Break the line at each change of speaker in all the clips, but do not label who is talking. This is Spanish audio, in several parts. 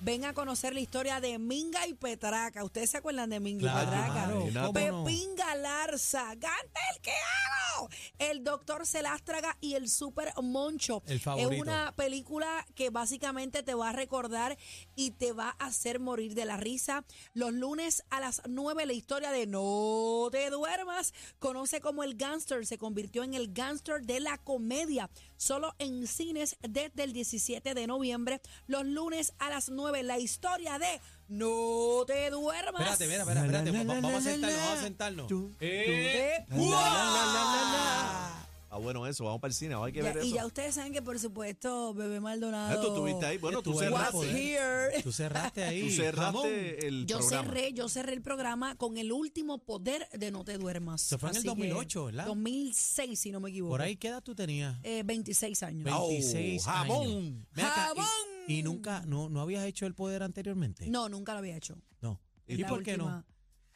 Ven a conocer la historia de Minga y Petraca. ¿Ustedes se acuerdan de Minga y
Claro,
Petraca?
claro,
No.
cómo no.
Pepín Galarza, Gante el que hago, el doctor Celástraga y el super Moncho.
El
es
favorito.
una película que básicamente te va a recordar y te va a hacer morir de la risa. Los lunes a las 9 la historia de No te duermas conoce como el gangster, se convirtió en el gangster de la comedia, solo en cines desde el 17 de noviembre, los lunes a las 9 la historia de No te duermas.
Espérate, mira, espérate, espérate. Va- va- vamos a sentarnos, vamos a sentarnos.
Eh,
Ah, bueno, eso, vamos para el cine, ahora hay que
Ya-
ver
y ya
eso.
ustedes saben que por supuesto Bebé
Ah,
Maldonado
tú estuviste ahí, bueno, tú
Estuve
was
Cerraste.
cerraste,
here.
Tú cerraste ahí.
tú
jamón.
cerraste el
Yo
programa.
cerré, yo cerré el programa con el último poder de No te duermas.
Se fue en el
Así que,
2008, ¿verdad?
2006, si no me equivoco.
Por ahí, ¿qué edad tú tenías?
Eh, 26 años.
Au,
26
jamón.
años. Ven acá, y-
¡Jamón!
Y, nunca, no, no habías hecho el poder anteriormente.
No, nunca lo había hecho.
No. ¿Y,
La
por qué
última-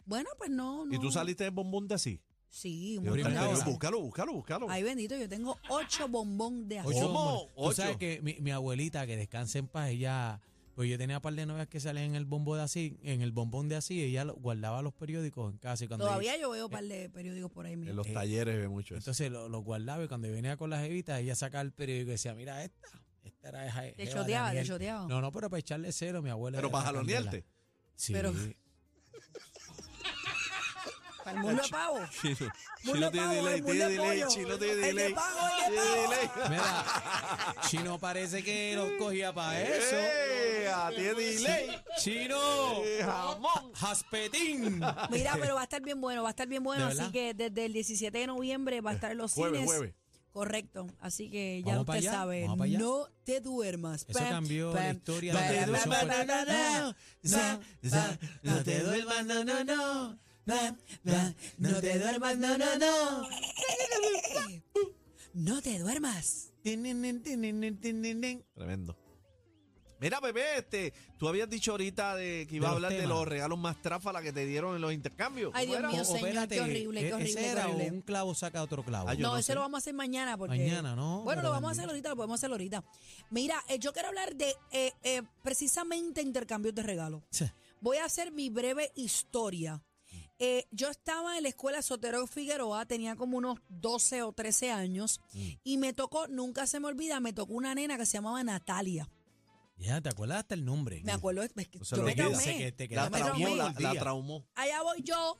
Bueno, pues no, no.
Y tú saliste de bombón de así.
Sí, un
Yo
montón de
primera
cosas.
hora.
Búscalo, búscalo, búscalo.
Ay, bendito, yo tengo ocho bombón de
no?
azúcar.
¿Cómo?
bombones. Tú
Ocho.
sabes que mi, mi abuelita, que descanse en paz, ella... Pues yo tenía un par de novias que salían en el bombo de así, en el bombón de así, y ella lo- guardaba los periódicos en casa. Y cuando
Todavía yo veo un par de periódicos por ahí. mira.
En los talleres ve mucho eso.
Entonces lo, lo guardaba y cuando venía con las evitas, ella sacaba el periódico y decía, mira esta, esta era de
Te choteaba, te choteaba.
No, no, pero para echarle cero, mi abuela.
Pero
era
para
una candela.
jalonearte.
Sí.
Pero- Para el mundo de pavo. Mulo
Chino tiene
pavo,
delay,
el
tiene
mulo
delay,
pollo.
chino tiene
El de
delay.
pavo, el de
Tiene
pavo.
delay.
Mira, Chino parece que los cogía para eso.
¡Eh! ah, Tiene delay.
Chino,
Eh, jamón.
jaspetín.
Mira, pero va a estar bien bueno, va a estar bien bueno.
¿De
Así
verdad?
que
Eh,
desde el 17 de noviembre va a estar en los
Jueves,
cines.
jueves.
Correcto. Así que ya
Vamos pa'
usted
allá,
sabe,
vamos pa' allá.
no te duermas.
Eso
Pam,
cambió
pam,
la historia
pam,
de
pam,
los
pam, pam, pam,
superhéroes.
pam, pam,
No te duermas, no, no, no.
pam, pam, No te duermas, no, no, no. No te duermas.
Tin, tin, tin, tin, tin, tin, tin, tin.
Tremendo. Mira, bebé, este, tú habías dicho ahorita de que
De
iba a
los
hablar de
temas.
los regalos más tráfalas que te dieron en los intercambios.
Ay,
¿Cómo
Dios
era?
mío,
O- o
señor,
espérate,
qué horrible, qué
¿e-
horrible, qué
Ese era
horrible.
o un clavo saca otro clavo.
Ah, yo
no,
no
eso
sé.
lo vamos a hacer mañana. Porque,
Mañana, ¿no?
Bueno,
Pero
lo vamos a
también-
hacer ahorita, lo podemos hacer ahorita. Mira, eh, yo quiero hablar de eh, eh, precisamente intercambios de regalos. Voy a hacer mi breve historia. Eh, yo estaba en la escuela Sotero Figueroa, tenía como unos 12 o 13 años,
Mm.
y me tocó, nunca se me olvida, me tocó una nena que se llamaba Natalia.
Ya, ¿te acuerdas hasta el nombre?
Me acuerdo, es que
No se
yo
lo
me
olvida.
traumé.
Sé que te
yo
La
me
traumó,
traumé.
la, la
Día.
traumó.
Allá voy yo,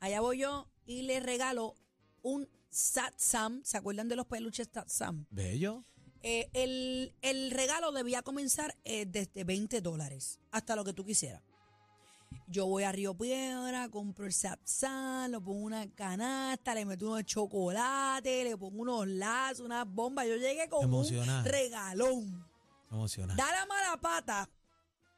allá voy yo, y le regalo un Satsam. ¿Se acuerdan de los peluches Satsam?
Bello.
Eh, el, el regalo debía comenzar eh, desde 20 dólares hasta lo que tú quisieras. Yo voy a Río Piedra, compro el sapsán, lo pongo en una canasta, le meto unos chocolates, le pongo unos lazos, unas bombas. Yo llegué con un
Emocionada.
regalón.
Emociona.
Da la mala pata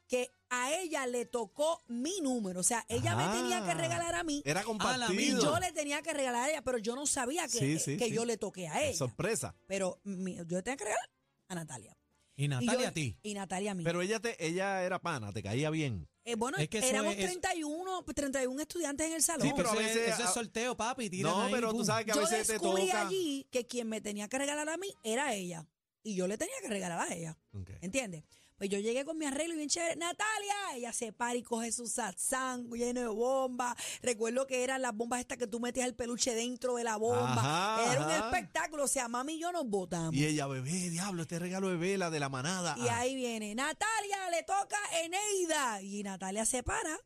que a ella le tocó mi número. O sea, ella
Ah.
me tenía que regalar a mí
Era
y
compartido.
Ah, yo le tenía que regalar a ella, pero yo no sabía que,
Sí, sí,
que
sí.
yo le toqué a ella.
Sorpresa.
Pero mi- yo le tenía que regalar a Natalia.
Y
y yo-
Natalia a ti.
Y Natalia a mí.
Pero ella te, ella era pana, te caía bien.
Eh, bueno,
Es que eso
éramos
es-
31, 31 estudiantes en el salón.
Sí, pero a
Eso es-
veces-
Eso es
a-
sorteo, papi. tiran
No,
ahí,
pero tú
pum.
sabes que a
yo
veces te
descubrí
toca.
allí que quien me tenía que regalar a mí era ella. Y yo le tenía que regalar a ella.
Ok.
¿Entiendes? Pues yo llegué con mi arreglo y bien chévere. Natalia, ella se para y coge su satsang lleno de bombas. Recuerdo que eran las bombas estas que tú metías el peluche dentro de la bomba.
Ajá,
Era un
ajá.
espectáculo. O sea, mami y yo nos botamos.
Y ella, bebé, diablo, este regalo de vela de la manada.
Y
Ah,
ahí viene, Natalia le toca Eneida. Y Natalia se para,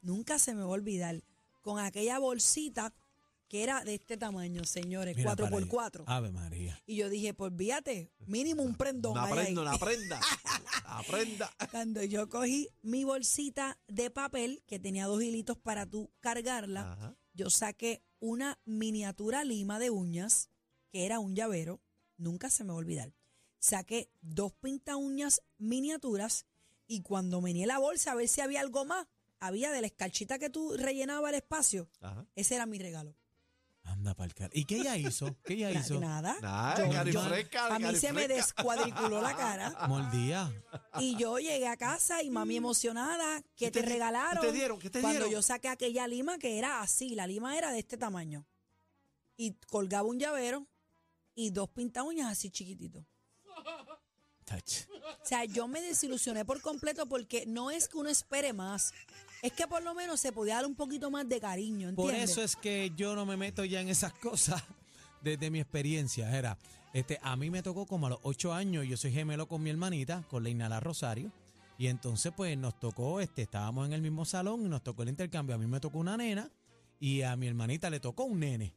nunca se me va a olvidar, con aquella bolsita que era de este tamaño, señores,
Mira para allá. Ah.
4x4.
Ave María.
Y yo dije, pues fíjate, mínimo un prendón.
una
hay ahí".
prenda, una prenda. Aprenda.
Cuando yo cogí mi bolsita de papel, que tenía dos hilitos para tú cargarla,
Ajá.
yo saqué una miniatura lima de uñas, que era un llavero, nunca se me va a olvidar. saqué dos pinta uñas miniaturas y cuando mené la bolsa a ver si había algo más, había de la escarchita que tú rellenabas el espacio.
Ajá.
Ese era mi regalo.
Anda pa'l car- ¿Y qué ella hizo? ¿Qué ella
Na-
hizo?
Nada.
Nah,
Yo-
cari
yo-
fresca,
a mí
cari
se me
fresca.
descuadriculó la cara
Mordía.
y yo llegué a casa y mami emocionada que
¿Qué
te,
te di- qué
regalaron.
te dieron? ¿Qué te
cuando
dieron?
yo saqué aquella lima que era así, la lima era de este tamaño y colgaba un llavero y dos pinta uñas así chiquititos.
Tach.
O sea, yo me desilusioné por completo porque no es que uno espere más, es que por lo menos se podía dar un poquito más de cariño, ¿entiendes?
Por eso es que yo no me meto ya en esas cosas. Desde mi experiencia, era. Este, a mí me tocó como a los ocho años. Yo soy gemelo con mi hermanita, con Leina La Rosario. Y entonces, pues, nos tocó, este, estábamos en el mismo salón y nos tocó el intercambio. A mí me tocó una nena y a mi hermanita le tocó un nene.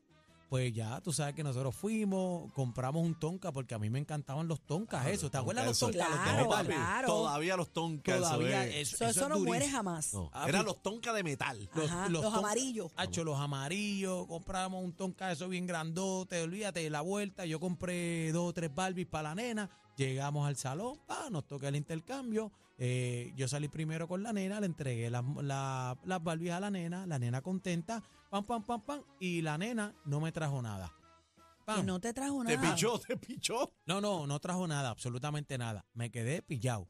Pues ya, tú sabes que nosotros fuimos, compramos un tonka, porque a mí me encantaban los tonkas,
Ah,
eso.
los
¿Te acuerdas los
Tonkas,
tonkas?
eso.
Los de
Claro,
metal.
claro.
Todavía los tonkas. eso
Todavía
es.
eso,
eso, eso
es
no
durísimo.
muere jamás.
No,
Ah,
eran
pues-
los tonkas de metal.
Ah. Ajá, los
ton-
amarillos.
Hacho, los amarillos. Comprábamos un tonka de eso bien grandote. Olvídate de la vuelta. Yo compré dos o tres Barbies para la nena. Llegamos al salón. pa, nos toca el intercambio. Eh, yo salí primero con la nena. Le entregué las, la- las Barbies a la nena. La nena contenta. Pam, pam, pam, pam. Y la nena no me trajo nada.
Que
Pam.
no te trajo
Te
nada.
pichó, te pichó.
No, no, no trajo nada, absolutamente nada. Me quedé pillado.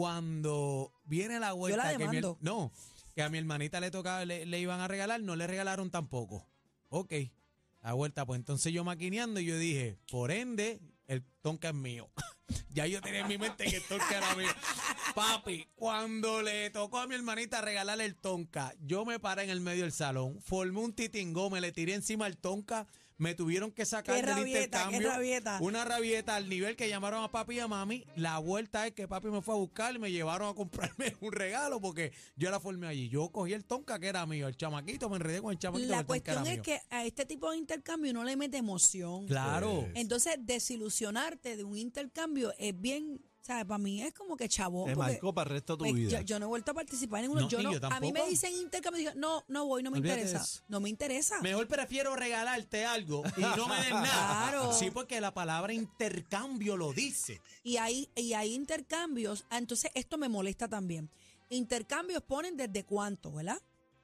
Cuando viene la vuelta que mi her-
demando.
no, que a mi hermanita le tocaba, le, le iban a regalar, no le regalaron tampoco. Ok, la vuelta, pues entonces yo maquineando y yo dije, por ende, el tonka es mío. ya yo tenía en mi mente que el tonka era mío. Papi, cuando le tocó a mi hermanita regalarle el tonka, yo me paré en el medio del salón, formé un titingó, me le tiré encima al tonka, me tuvieron que sacar
Qué
del
rabieta, qué
intercambio.
rabieta.
Una rabieta al nivel que llamaron a papi y a mami. La vuelta es que papi me fue a buscar y me llevaron a comprarme un regalo porque yo la formé allí. Yo cogí el tonka que era mío, el chamaquito, me enredé con el chamaquito. pero
La
el tonka
cuestión
era
es
mío.
que a este tipo de intercambio no le mete emoción.
Claro.
Eh,
Entonces, desilusionarte de un intercambio es bien, ¿sabes? Para mí es como que chavo.
Te marcó para el resto de tu
Yo,
vida.
yo no he vuelto a participar en uno.
No,
yo
y
no,
yo
a mí me
tampoco.
dicen intercambio y digo, no, no voy, no me
Olvídate de
interesa.
eso.
No me interesa.
Mejor prefiero regalarte algo y no me des nada.
Claro.
Sí, porque la palabra intercambio lo dice.
Y hay, y hay intercambios. Ah, entonces, esto me molesta también. Intercambios ponen desde cuánto, ¿verdad?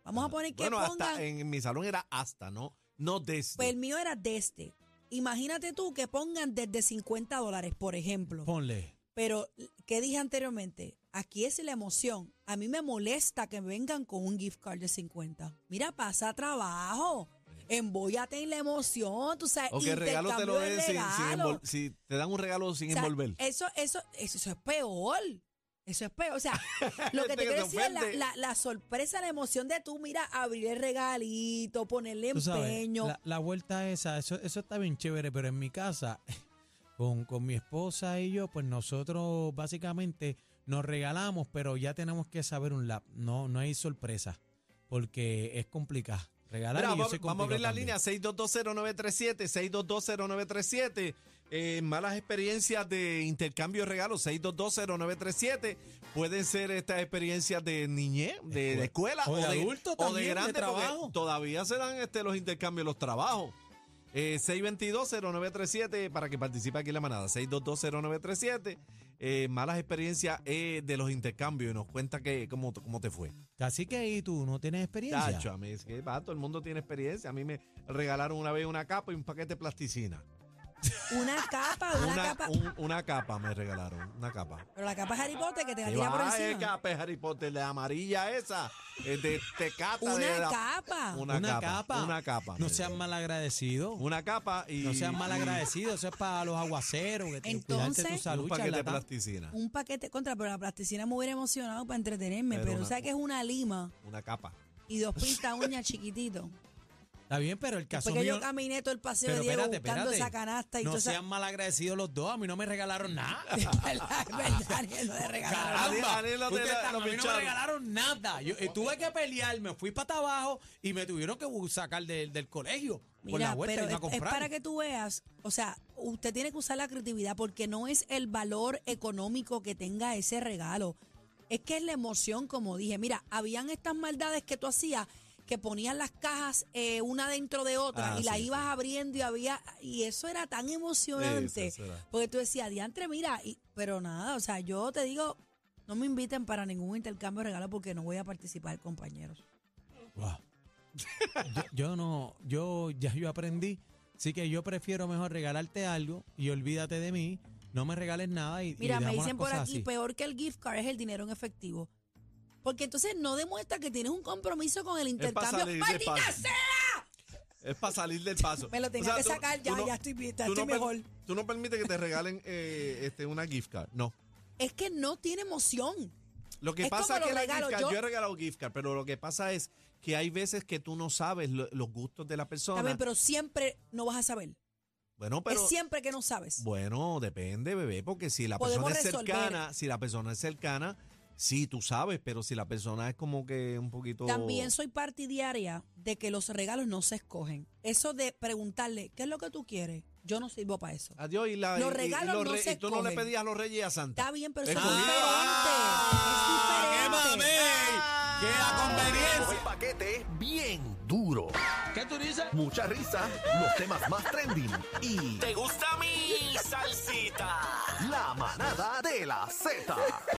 Vamos a poner que
bueno,
pongan.
hasta en mi salón era hasta, ¿no? No desde.
Pues el mío era desde. Imagínate tú que pongan desde 50 dólares, por ejemplo.
Ponle.
Pero, ¿qué dije anteriormente? Aquí es la emoción. A mí me molesta que vengan con un gift card de 50. Mira, pasa trabajo. Embóllate en la emoción, tú sabes.
o que el Eh. regalo te lo
intercambio de
den sin, sin
regalo.
envol- si te dan un regalo sin
O sea,
envolver.
Eso, eso, eso, eso es peor. Eso es peor. O sea, lo que
Gente
te
que
quiero
se
decir es la,
ofende.
la- la sorpresa, la emoción de tú, mira, abrir el regalito, ponerle
Tú sabes,
empeño.
la, la vuelta esa, eso, eso está bien chévere, pero en mi casa, con, con mi esposa y yo, pues nosotros básicamente nos regalamos, pero ya tenemos que saber un lap. No, no hay sorpresa, porque es complicado. Regalar
Mira,
y yo
vamos,
soy
vamos a abrir la
complicado
línea 6220937, 6220937. Eh, malas experiencias de intercambio de regalos, 6220937. Pueden ser estas experiencias de niñez, de, de escuela,
O de adulto
o de
también, de
grande, porque
trabajo.
Todavía se dan este, los intercambios, los trabajos. Eh, 622-0937 para que participe aquí en la manada. 622-0937. Eh, malas experiencias eh, de los intercambios y nos cuenta que cómo, cómo te fue.
también. Así que ahí tú no tienes experiencia.
Tacho, a mí es que va, todo el mundo tiene experiencia. A mí me regalaron una vez una capa y un paquete de plasticina.
Una capa, una,
Una,
capa.
un- una capa me regalaron, una capa.
Pero la capa es Harry Potter que te la
Que
tira por
va, eh,
encima.
capa es Harry Potter, la amarilla esa, eh, de tecata. de
Una
la-
capa.
Una, capa, Una capa.
No
me
seas
dieron.
malagradecido.
Una capa y.
No seas
agradecido.
malagradecido. Eso es para los aguaceros. Que tienes que cuidarte de tu
Entonces-
salud,
Un paquete de
charlatán.
plasticina.
Un paquete contra, pero la plasticina me hubiera emocionado para entretenerme.
Pero
Pero,
una-
sabes que es una lima
Una capa.
y dos pintas uñas chiquititos.
Está bien, pero el caso
Porque
mío...
yo caminé todo el paseo
Ah, Pero
de Diego
espérate,
buscando esa
espérate.
canasta y
no
todo esa-
sean malagradecidos los dos. A mí no me regalaron nada.
Es verdad, Ariel, no le regalaron.
Caramba.
Caramba,
Ariel, no te
ustedes
la-
están-
lo
a mí no me
pincharon.
regalaron nada. Yo eh, tuve que pelear, me fui para abajo y me tuvieron que bu- sacar del, del colegio por la
Mira,
vuelta
pero
y
es,
no a
es
comprar.
para que tú veas, o sea, usted tiene que usar la creatividad porque no es el valor económico que tenga ese regalo, es que es la emoción, como dije. Mira, habían estas maldades que tú hacías que ponían las cajas eh, una dentro de otra
Ah,
y la
sí,
ibas
sí.
abriendo y había y eso era tan emocionante
Eso será.
porque tú decías diantre mira y- pero nada o sea yo te digo no me inviten para ningún intercambio de regalos porque no voy a participar compañeros
Wow. yo, yo no, yo ya yo aprendí. Así que yo prefiero mejor regalarte algo y olvídate de mí. No me regales nada y, y
Mira, me
dejamos las
dicen por
cosas
aquí,
así.
peor que el gift card es el dinero en efectivo. Porque entonces no demuestra que tienes un compromiso con el intercambio.
salir de
¡Maldita
paso.
sea!
Es para salir del paso.
Me lo tenía
O sea,
que
tú-
sacar ya,
tú no-
ya estoy, bien, ya
tú
estoy
no per-
mejor.
Tú no permites que te regalen eh, este, una gift card. No.
Es que no tiene emoción.
Lo que
Es
pasa
como
es que
los
la
regalos,
gift card,
yo-
yo... he regalado gift card, pero lo que pasa es que hay veces que tú no sabes lo- los gustos de la persona.
También, pero siempre no vas a saber.
bueno, pero
es siempre que no sabes.
bueno, depende, bebé, porque si la
Podemos
persona es
resolver.
cercana, si la persona es cercana, sí tú sabes, pero si la persona es como que un poquito
También soy partidaria de que los regalos no se escogen. Eso de preguntarle, ¿qué es lo que tú quieres? Yo no sirvo para eso.
Adiós y la
Los
y- y- y
regalos no
re-
se
y tú no le
escogen.
pedías a los reyes y a Santa.
Está bien, pero eso es
Escogido.
diferente.
¡Ah!
es diferente. Ah.
¡Qué
Llegó el paquete bien duro.
¿Qué tú dices?
Mucha risa, los temas más trending y
¿Te gusta mi salsita?
la manada de la Z.